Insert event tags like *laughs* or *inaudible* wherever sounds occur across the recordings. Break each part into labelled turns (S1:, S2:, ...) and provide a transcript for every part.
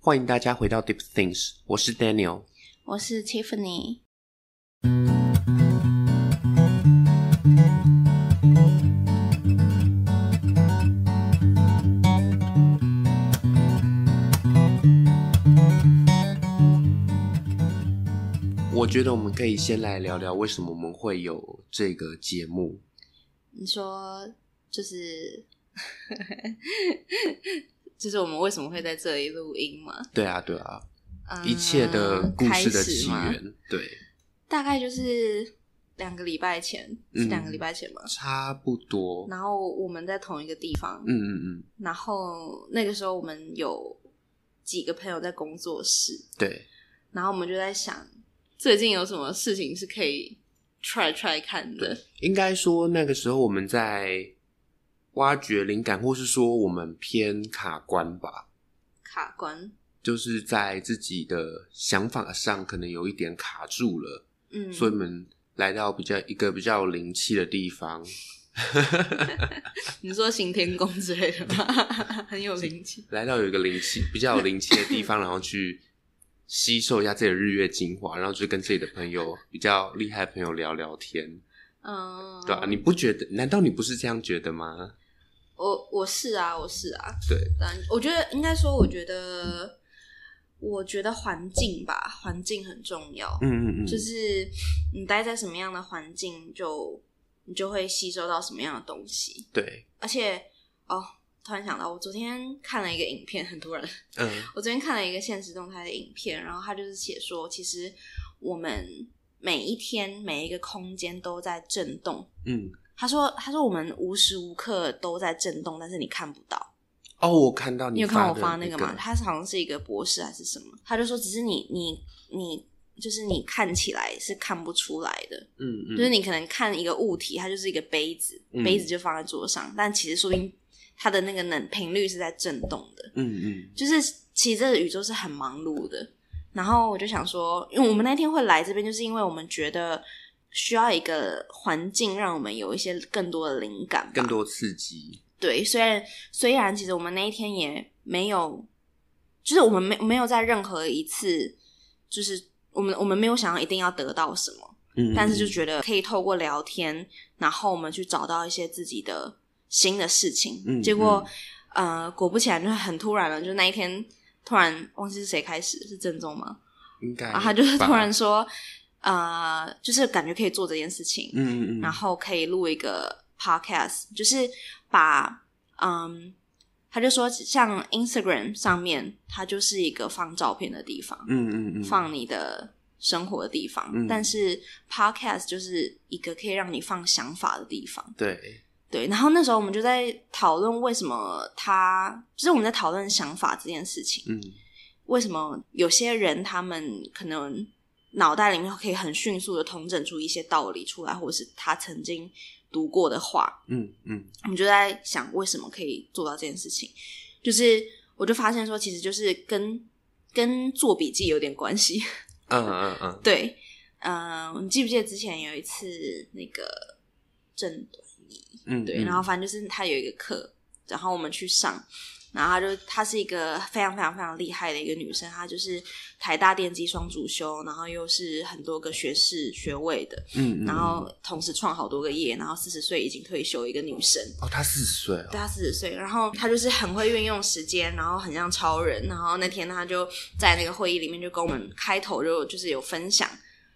S1: 欢迎大家回到 Deep Things，我是 Daniel。
S2: 我是 Tiffany。
S1: 我觉得我们可以先来聊聊为什么我们会有这个节目。
S2: 你说就是 *laughs* 就是我们为什么会在这里录音吗？
S1: 对啊，对啊，
S2: 嗯
S1: 一切的故事的
S2: 开
S1: 起
S2: 始吗
S1: 源，对，
S2: 大概就是两个礼拜前，是
S1: 嗯
S2: 两个礼拜前吗？
S1: 差不多。
S2: 然后我们在同一个地方，
S1: 嗯嗯嗯，
S2: 然后那个时候我们有几个朋友在工作室，
S1: 对，
S2: 然后我们就在想，最近有什么事情是可以 try try 看的？
S1: 应该说那个时候我们在挖掘灵感，或是说我们偏卡关吧，
S2: 卡关，
S1: 就是在自己的想法上可能有一点卡住了。
S2: 嗯，
S1: 所以我们来到比较一个比较灵气的地方，
S2: 你说行天宫之类的吗？ *laughs* 很有灵气，
S1: 来到有一个灵气比较有灵气的地方，然后去吸收一下自己的日月精华，然后就跟自己的朋友比较厉害的朋友聊聊天，
S2: 嗯，
S1: 对啊，你不觉得？难道你不是这样觉得吗？
S2: 我我是啊，我是啊，
S1: 对，
S2: 但我觉得应该说，我觉得，我觉得环境吧，环境很重要，
S1: 嗯嗯嗯，
S2: 就是你待在什么样的环境就你就会吸收到什么样的东西，
S1: 对，
S2: 而且哦，突然想到，我昨天看了一个影片，很突然，
S1: 嗯
S2: 我昨天看了一个现实动态的影片，然后他就是写说，其实我们每一天每一个空间都在震动。
S1: 嗯。
S2: 他说：“他说我们无时无刻都在震动，但是你看不到。
S1: 哦，我看到
S2: 你
S1: 你
S2: 有看我发
S1: 发的
S2: 那个吗？他好像是一个博士还是什么？他就说，只是你你你，就是你看起来是看不出来的，
S1: 嗯嗯，
S2: 就是你可能看一个物体，它就是一个杯子，
S1: 嗯
S2: 杯子就放在桌上，但其实说不定它的那个能频率是在震动的。
S1: 嗯嗯
S2: 就是其实这个宇宙是很忙碌的。然后我就想说，因为我们那天会来这边，就是因为我们觉得需要一个环境，让我们有一些更多的灵感吧。
S1: 更多刺激，
S2: 对，虽然虽然其实我们那一天也没有，就是我们没没有在任何一次，就是我们我们没有想要一定要得到什么，
S1: 嗯，
S2: 但是就
S1: 得
S2: 觉得可以透过聊天，然后我们去找到一些自己的新的事情。
S1: 嗯
S2: 结果、呃，果不其然，就是很突然了，就那一天突然忘记是谁开始，是郑宗吗？
S1: 嗯应该
S2: 啊然后他就是
S1: 吧
S2: 突然，说，呃，就是感觉可以做这件事情，
S1: 嗯嗯嗯，
S2: 然后可以录一个 podcast，就是把嗯。他就说，像 Instagram 上面，它就是一个放照片的地方，
S1: 嗯嗯嗯，
S2: 放你的生活的地方，
S1: 嗯
S2: 但是 podcast 就是一个可以让你放想法的地方。
S1: 对，
S2: 对，然后那时候我们就在讨论为什么他，就是我们在讨论想法这件事情，
S1: 嗯
S2: 为什么有些人他们可能脑袋里面可以很迅速的统整出一些道理出来，或是他曾经读过的话，
S1: 嗯嗯
S2: 我们就在想为什么可以做到这件事情，就是我就发现说，其实就是跟跟做笔记有点关系。
S1: 嗯嗯嗯，
S2: 对，呃，你记不记得之前有一次那个郑端仪，
S1: 嗯
S2: 对，
S1: 嗯
S2: 然后反正就是他有一个课，然后我们去上，然后他就她是一个非常非常非常厉害的一个女生，她就是台大电机双主修，然后又是很多个学士学位的，
S1: 嗯，嗯
S2: 然后同时创好多个业，然后四十岁已经退休一个女生，
S1: 哦，他四十岁哦，
S2: 对他四十岁，然后他就是很会运用时间，然后很像超人。然后那天他就在那个会议里面就跟我们开头就就是有分享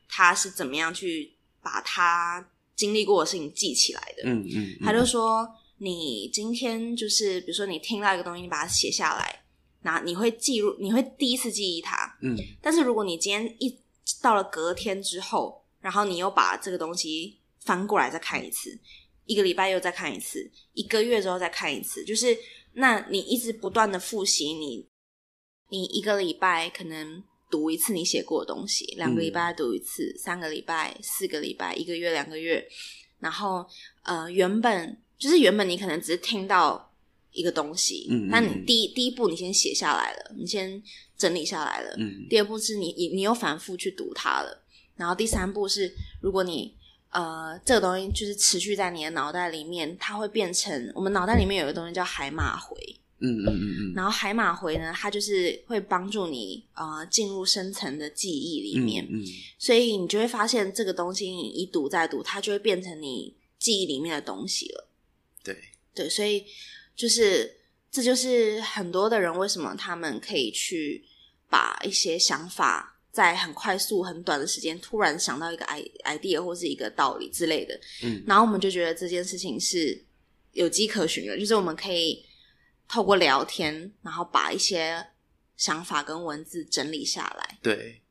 S2: 他是怎么样去把他经历过的事情记起来的。
S1: 嗯嗯，
S2: 他
S1: 嗯
S2: 就说，你今天就是比如说你听到一个东西，你把它写下来，那你会记录，你会第一次记忆它。
S1: 嗯
S2: 但是如果你今天一到了隔天之后，然后你又把这个东西翻过来再看一次，一个礼拜又再看一次，一个月之后再看一次，就是那你一直不断的复习你，你一个礼拜可能读一次你写过的东西，两个礼拜读一次，三个礼拜、四个礼拜、一个月、两个月，然后呃，原本就是原本你可能只是听到一个东西，
S1: 嗯嗯
S2: 那你
S1: 嗯
S2: 第一第一步你先写下来了，你先整理下来了，
S1: 嗯
S2: 第二步是你你你又反复去读它了，然后第三步是如果你呃这个东西就是持续在你的脑袋里面，它会变成我们脑袋里面有一个东西叫海马回，
S1: 嗯嗯嗯嗯，
S2: 然后海马回呢，它就是会帮助你呃进入深层的记忆里面，
S1: 嗯嗯
S2: 所以你就会发现这个东西你一读再读，它就会变成你记忆里面的东西了。
S1: 对，
S2: 对，所以就是这就是很多的人为什么他们可以去把一些想法在很快速、很短的时间突然想到一个 i- idea 或是一个道理之类的，
S1: 嗯
S2: 然后我们就觉得这件事情是有迹可循的，就是我们可以透过聊天，然后把一些想法跟文字整理下来。
S1: 对，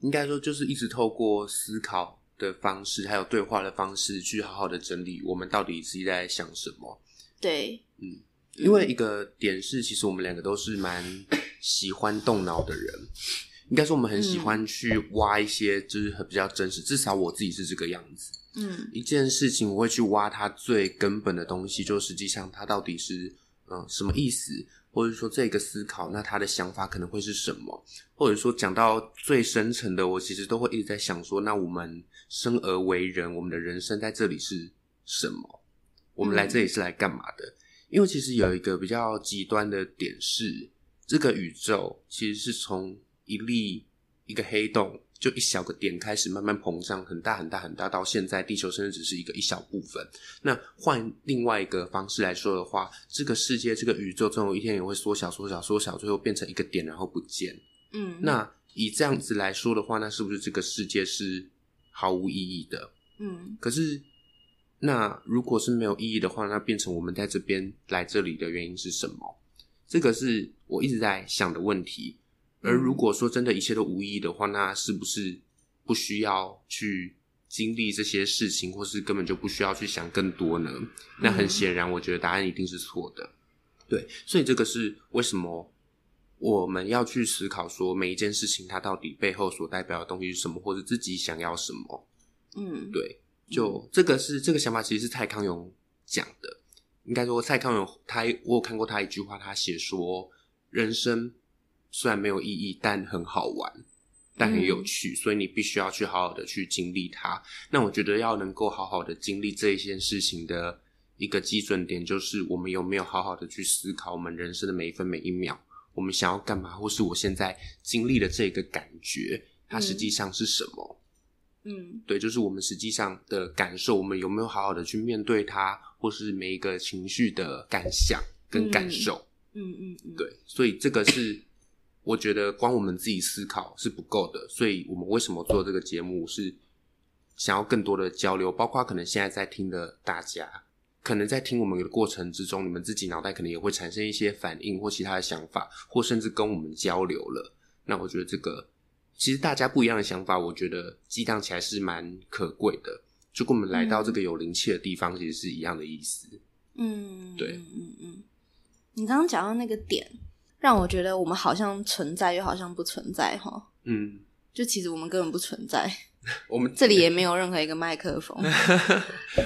S1: 应该说就是一直透过思考的方式，还有对话的方式，去好好的整理我们到底是在想什么。
S2: 对，
S1: 因为一个点是，其实我们两个都是蛮喜欢动脑的人，应该说我们很喜欢去挖一些就是很比较真实，至少我自己是这个样子。
S2: 嗯
S1: 一件事情，我会去挖它最根本的东西，就实际上它到底是嗯、呃什么意思，或者说这个思考，那他的想法可能会是什么，或者说讲到最深层的，我其实都会一直在想说，那我们生而为人，我们的人生在这里是什么？我们来这里是来干嘛的？因为其实有一个比较极端的点是，这个宇宙其实是从一粒一个黑洞，就一小个点开始慢慢膨胀，很大很大很大，到现在地球甚至只是一个一小部分。那换另外一个方式来说的话，这个世界、这个宇宙总有一天也会缩小、缩小、缩小，最后变成一个点，然后不见。
S2: 嗯，
S1: 那以这样子来说的话，那是不是这个世界是毫无意义的？
S2: 嗯
S1: 可是，那如果是没有意义的话，那变成我们在这边来这里的原因是什么？这个是我一直在想的问题。而如果说真的一切都无意义的话，那是不是不需要去经历这些事情，或是根本就不需要去想更多呢？那很显然，我觉得答案一定是错的。对，所以这个是为什么我们要去思考说每一件事情它到底背后所代表的东西是什么，或者自己想要什么。
S2: 嗯，
S1: 对，就这个是这个想法，其实是蔡康永讲的。应该说，蔡康永他我有看过他一句话，他写说：“人生虽然没有意义，但很好玩，但很有趣，所以你必须要去好好的去经历它。”那我觉得要能够好好的经历这一件事情的一个基准点，就是我们有没有好好的去思考我们人生的每一分每一秒，我们想要干嘛，或是我现在经历的这个感觉，它实际上是什么。
S2: 嗯
S1: 对，就是我们实际上的感受，我们有没有好好的去面对它，或是每一个情绪的感想跟感受。
S2: 嗯嗯嗯，
S1: 对，所以这个是我觉得光我们自己思考是不够的，所以我们为什么做这个节目是想要更多的交流，包括可能现在在听的大家。可能在听我们的过程之中，你们自己脑袋可能也会产生一些反应或其他的想法，或甚至跟我们交流了。那我觉得这个其实大家不一样的想法，我觉得激荡起来是蛮可贵的。就跟我们来到这个有灵气的地方，其实是一样的意思。
S2: 嗯，
S1: 对
S2: 嗯嗯嗯。你刚刚讲到那个点，让我觉得我们好像存在，又好像不存在哈。
S1: 嗯，
S2: 就其实我们根本不存在，
S1: 我们
S2: 这里也没有任何一个麦克风，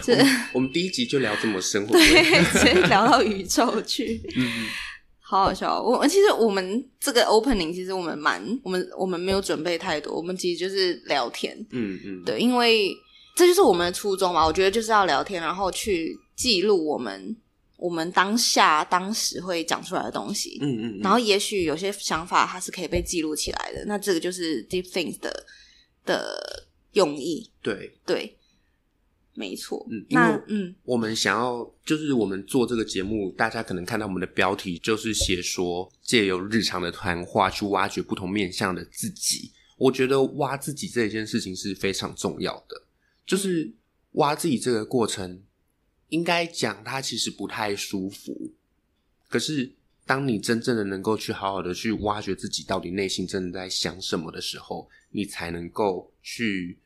S2: 这
S1: *laughs* 我们第一集就聊这么深，会不
S2: 对
S1: 会？，
S2: 直接聊到宇宙去，
S1: 嗯，
S2: 好好笑哦。我其实我们这个 opening，其实我们蛮我们我们没有准备太多，我们其实就是聊天，
S1: 嗯嗯，
S2: 对，因为这就是我们的初衷嘛。我觉得就是要聊天，然后去记录我们我们当下当时会讲出来的东西。
S1: 嗯，嗯嗯，
S2: 然后也许有些想法它是可以被记录起来的，那这个就是 deep things 的的用意，
S1: 对，
S2: 对，没错。
S1: 嗯因为
S2: 那嗯
S1: 我们想要就是我们做这个节目，大家可能看到我们的标题就是写说借由日常的谈话去挖掘不同面向的自己。我觉得挖自己这件事情是非常重要的，就是挖自己这个过程，应该讲它其实不太舒服，可是当你真正的能够去好好的去挖掘自己到底内心真的在想什么的时候，你才能够去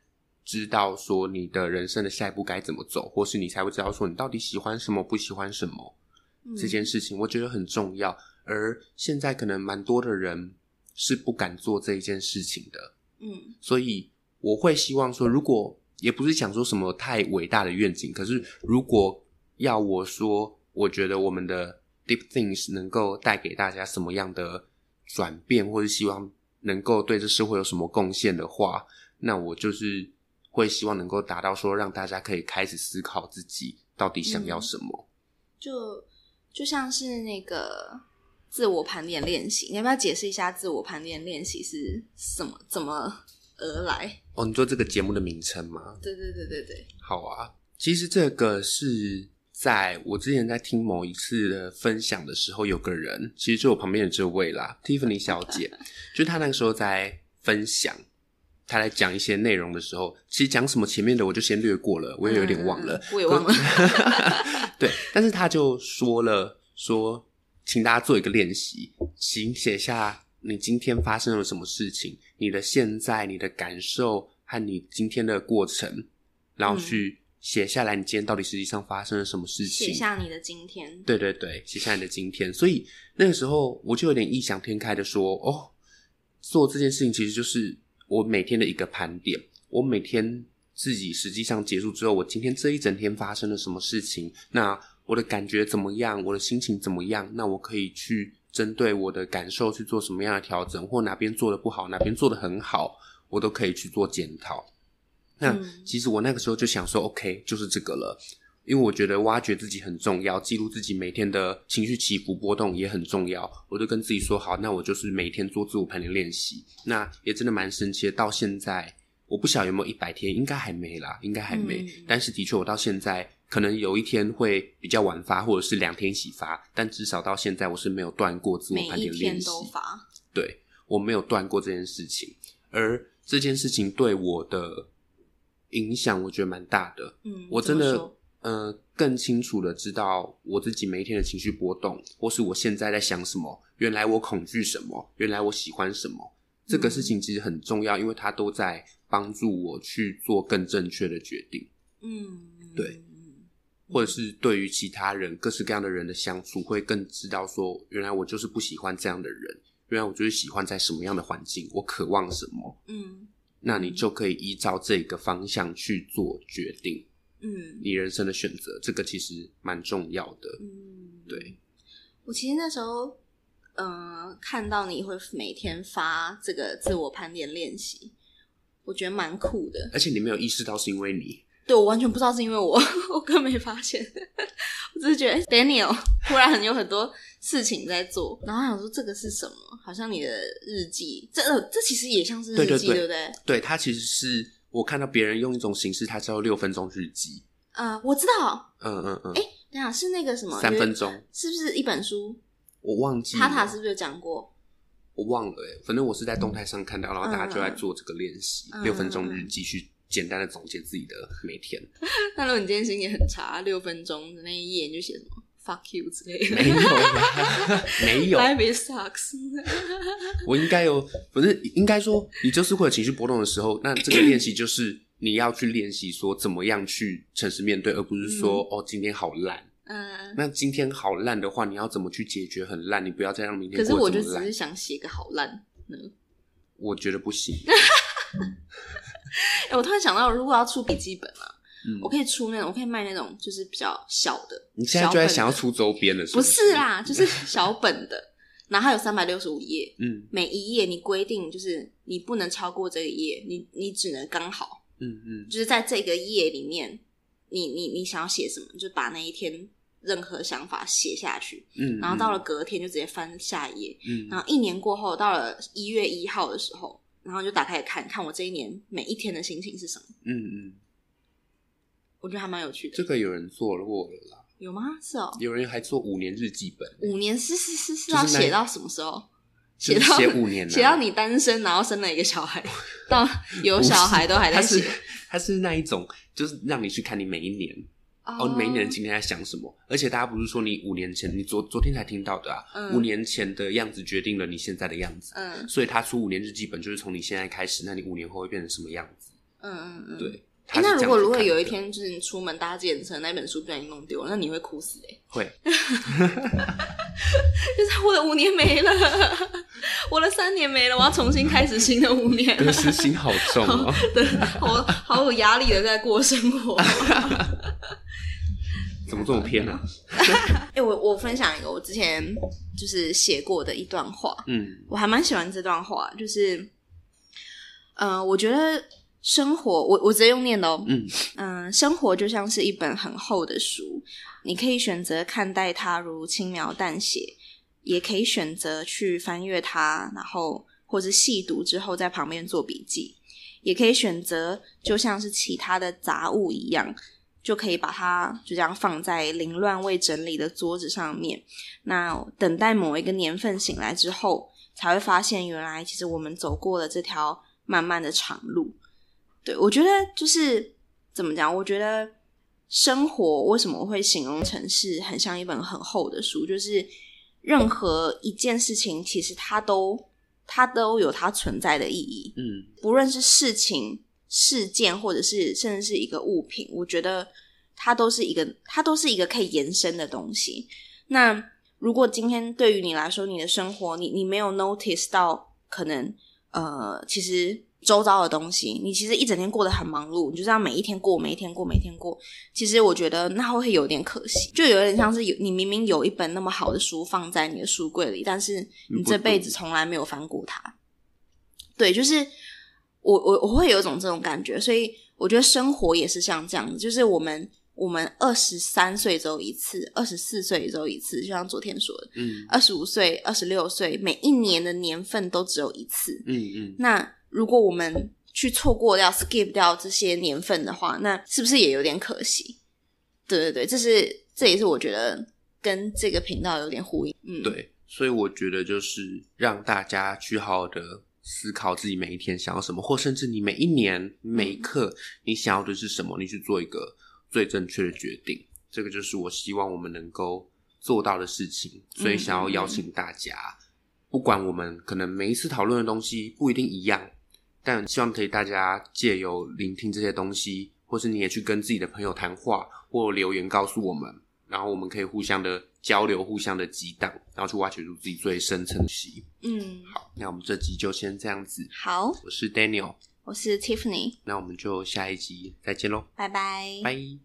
S1: 知道说你的人生的下一步该怎么走，或是你才会知道说你到底喜欢什么，不喜欢什么。
S2: 嗯
S1: 这件事情，我觉得很重要。而现在可能蛮多的人是不敢做这一件事情的，
S2: 嗯
S1: 所以我会希望说，如果也不是想说什么太伟大的愿景，可是如果要我说，我觉得我们的 Deep Things 能够带给大家什么样的转变，或是希望能够对这社会有什么贡献的话，那我就是会希望能够达到说，让大家可以开始思考自己到底想要什么。
S2: 就就像是那个自我盘点练习，你要不要解释一下自我盘点练习是什么怎么而来？
S1: 哦，你说这个节目的名称吗？
S2: 对对对对对，
S1: 好啊，其实这个是在我之前在听某一次的分享的时候，有个人其实就我旁边的这位啦，Tiffany 小 *laughs* 姐，就是她那个时候在分享，她来讲一些内容的时候，其实讲什么前面的我就先略过了，我也有点忘了。
S2: 嗯，我也
S1: *laughs*
S2: 忘了。
S1: 对，但是 *laughs* 她就说了说，请大家做一个练习，请写下你今天发生了什么事情，你的现在、你的感受和你今天的过程，然
S2: 嗯
S1: 后去写下来，你今天到底实际上发生了什么事情。
S2: 写下你的今天，
S1: 对对对，写下你的今天。所以那个时候我就有点异想天开的说，哦，做这件事情其实就是我每天的一个盘点，我每天自己实际上结束之后，我今天这一整天发生了什么事情，那我的感觉怎么样，我的心情怎么样，那我可以去针对我的感受去做什么样的调整，或哪边做的不好，哪边做的很好，我都可以去做检讨。那
S2: 嗯
S1: 其实我那个时候就想说，OK，就是这个了。因为我觉得挖掘自己很重要，记录自己每天的情绪起伏波动也很重要。我就跟自己说，好，那我就是每天做自我盘点练习。那也真的蛮神奇的，到现在我不晓得有没有一百天，应该还没啦，应该还没。
S2: 嗯
S1: 但是的确，我到现在可能有一天会比较晚发，或者是两天一起发，但至少到现在我是没有断过自
S2: 每
S1: 我盘
S2: 一
S1: 点练
S2: 天
S1: 习。
S2: 都发，
S1: 对我没有断过这件事情，而这件事情对我的影响，我觉得蛮大的。
S2: 嗯，
S1: 我
S2: 怎
S1: 真
S2: 么
S1: 的
S2: 说
S1: 呃更清楚的知道我自己每一天的情绪波动，或是我现在在想什么，原来我恐惧什么，原来我喜欢什么。这
S2: 嗯
S1: 个事情其实很重要，因为它都在帮助我去做更正确的决定，
S2: 嗯，
S1: 对
S2: 嗯，
S1: 或者是对于其他人各式各样的人的相处，会更知道说，原来我就是不喜欢这样的人，原来我就是喜欢在什么样的环境，我渴望什么，
S2: 嗯
S1: 那你就可以依照这个方向去做决定，
S2: 嗯
S1: 你人生的选择，这个其实蛮重要的。
S2: 嗯，
S1: 对。
S2: 我其实那时候，呃，看到你会每天发这个自我盘点练习，我觉得蛮酷的。
S1: 而且你没有意识到是因为你，
S2: 对我完全不知道是因为我， *laughs* 我更没发现， *laughs* 我只是觉得诶 Daniel 突然很有很多事情在做，然后想说这个是什么？好像你的日记，这呃这其实也像是
S1: 对
S2: 日
S1: 对
S2: 记，
S1: 对
S2: 不对？
S1: 对他其实是我看到别人用一种形式，他叫六分钟日记，
S2: 啊、我知道，
S1: 嗯嗯嗯，
S2: 等一下是那个什么
S1: 三分，
S2: 有
S1: 钟，嗯
S2: 是不是一本书？
S1: 我忘记了
S2: 塔塔是不是有讲过？
S1: 我忘了哎、反正我是在动态上看到，然后大家就在
S2: 嗯嗯嗯
S1: 做这个练习，
S2: 嗯
S1: 六分钟日记去简单的总结自己的每天，
S2: *laughs* 那如果你今天心情很差，六分钟的那一页你就写什么 “fuck you” 之类的
S1: 没有啦， *laughs* 没有，
S2: ，“life is sucks”。
S1: 我应该有，不是应该说，你就是会有情绪波动的时候，那这个练习就是你要去练习说怎么样去诚实面对，而不是说、哦今天好烂。
S2: 嗯，
S1: 那今天好烂的话，你要怎么去解决很烂？你不要再让明
S2: 可
S1: 天
S2: 是我
S1: 过得
S2: 就
S1: 这
S2: 只
S1: 么烂
S2: 是。想写个好烂。
S1: 我觉得不
S2: *laughs*
S1: 行。
S2: 哎、我突然想到，如果要出笔记本啊，
S1: 嗯
S2: 我，可以出那种，我可以卖那种就是比较小的，
S1: 你现在就在想要出周边了，是
S2: 不
S1: 是
S2: 是？啦，就是小本的，然后它有三百六十五页，
S1: 嗯
S2: 每一页你规定就是你不能超过这个页，你你只能刚好，
S1: 嗯嗯，
S2: 就是在这个页里面，你你你想要写什么，就把那一天任何想法写下去，
S1: 嗯，
S2: 然后到了隔天就直接翻下一页，
S1: 嗯，
S2: 然后一年过后到了一月一号的时候，然后就打开来看看我这一年每一天的心情是什么，
S1: 嗯嗯，
S2: 我觉得还蛮有趣的
S1: 这，个有人做过了啦，
S2: 有吗？是哦。
S1: 有人还做五年日记本，
S2: 五年是是是是
S1: 就是
S2: 要
S1: 那
S2: 写到什么时候？
S1: 就
S2: 写
S1: 是
S2: 到
S1: 写五年啊，
S2: 写到你单身，然后生了一个小孩，
S1: *laughs*
S2: 到有小孩都还在
S1: 他是
S2: 写。
S1: *laughs* 他是那一种，就是让你去看你每一年哦，你每一年的今天在想什么，而且大家不是说你五年前，你昨昨天才听到的啊，
S2: 嗯
S1: 五年前的样子决定了你现在的样子，
S2: 嗯
S1: 所以他出五年日记本就是从你现在开始，那你五年后会变成什么样子？
S2: 嗯嗯嗯，
S1: 对。
S2: 诶。
S1: 他是
S2: 那
S1: 这
S2: 如
S1: 样
S2: 果
S1: 去
S2: 如果
S1: 看
S2: 有一
S1: 的
S2: 天就是你出门搭计程车那本书不小心弄丢了，那你会哭死哎、
S1: 会，
S2: *laughs*
S1: *laughs*
S2: 就是我的五年没了， *laughs* 我的三年没了，我要重新开始新的五年 *laughs*
S1: 得
S2: 了，
S1: 失心好重
S2: *laughs*
S1: 哦。
S2: 对，好好有压力的在过生活。
S1: 怎么这么偏呢、啊？
S2: *laughs* 哎、我我分享一个我之前就是写过的一段话，
S1: 嗯
S2: 我还蛮喜欢这段话，就是，呃，我觉得生活，我我直接用念的哦，
S1: 嗯
S2: 嗯、生活就像是一本很厚的书，你可以选择看待它如轻描淡写，也可以选择去翻阅它，然后或者细读之后在旁边做笔记，也可以选择就像是其他的杂物一样，就可以把它就这样放在凌乱未整理的桌子上面。那等待某一个年份醒来之后，才会发现原来其实我们走过了这条漫漫的长路。对我觉得就是怎么讲？我觉得生活为什么会形容成是很像一本很厚的书，就是任何一件事情，其实它都它都有它存在的意义，
S1: 嗯，
S2: 不论是事情、事件，或者是甚至是一个物品，我觉得它都是一个它都是一个可以延伸的东西。那如果今天对于你来说，你的生活你你没有 notice 到可能呃，其实周遭的东西，你其实一整天过得很忙碌，你就这样每一天过，每一天过，每一天过。其实我觉得那会有点可惜，就有点像是有你明明有一本那么好的书放在你的书柜里，但是你这辈子从来没有翻过它。对，就是我我我会有一种这种感觉，所以我觉得生活也是像这样子，就是我们。我们二十三岁之后一次，二十四岁之后一次，就像昨天说的，
S1: 嗯
S2: 二十五岁、二十六岁，每一年的年份都只有一次。
S1: 嗯嗯，
S2: 那如果我们去错过掉、skip 掉这些年份的话，那是不是也有点可惜？对对对，这是这也是我觉得跟这个频道有点呼应。嗯，，
S1: 对，所以我觉得就是让大家去好好的思考自己每一天想要什么，或甚至你每一年每一刻你想要的是什么，你去做一个最正确的决定。这个就是我希望我们能够做到的事情，所以想要邀请大家，不管我们可能每一次讨论的东西不一定一样，但希望可以大家借由聆听这些东西，或是你也去跟自己的朋友谈话，或留言告诉我们，然后我们可以互相的交流，互相的激荡，然后去挖掘出自己最深层的习。
S2: 嗯，
S1: 好，那我们这集就先这样子。
S2: 好，
S1: 我是 Daniel，
S2: 我是 Tiffany，
S1: 那我们就下一集再见喽，
S2: 拜拜，
S1: 拜。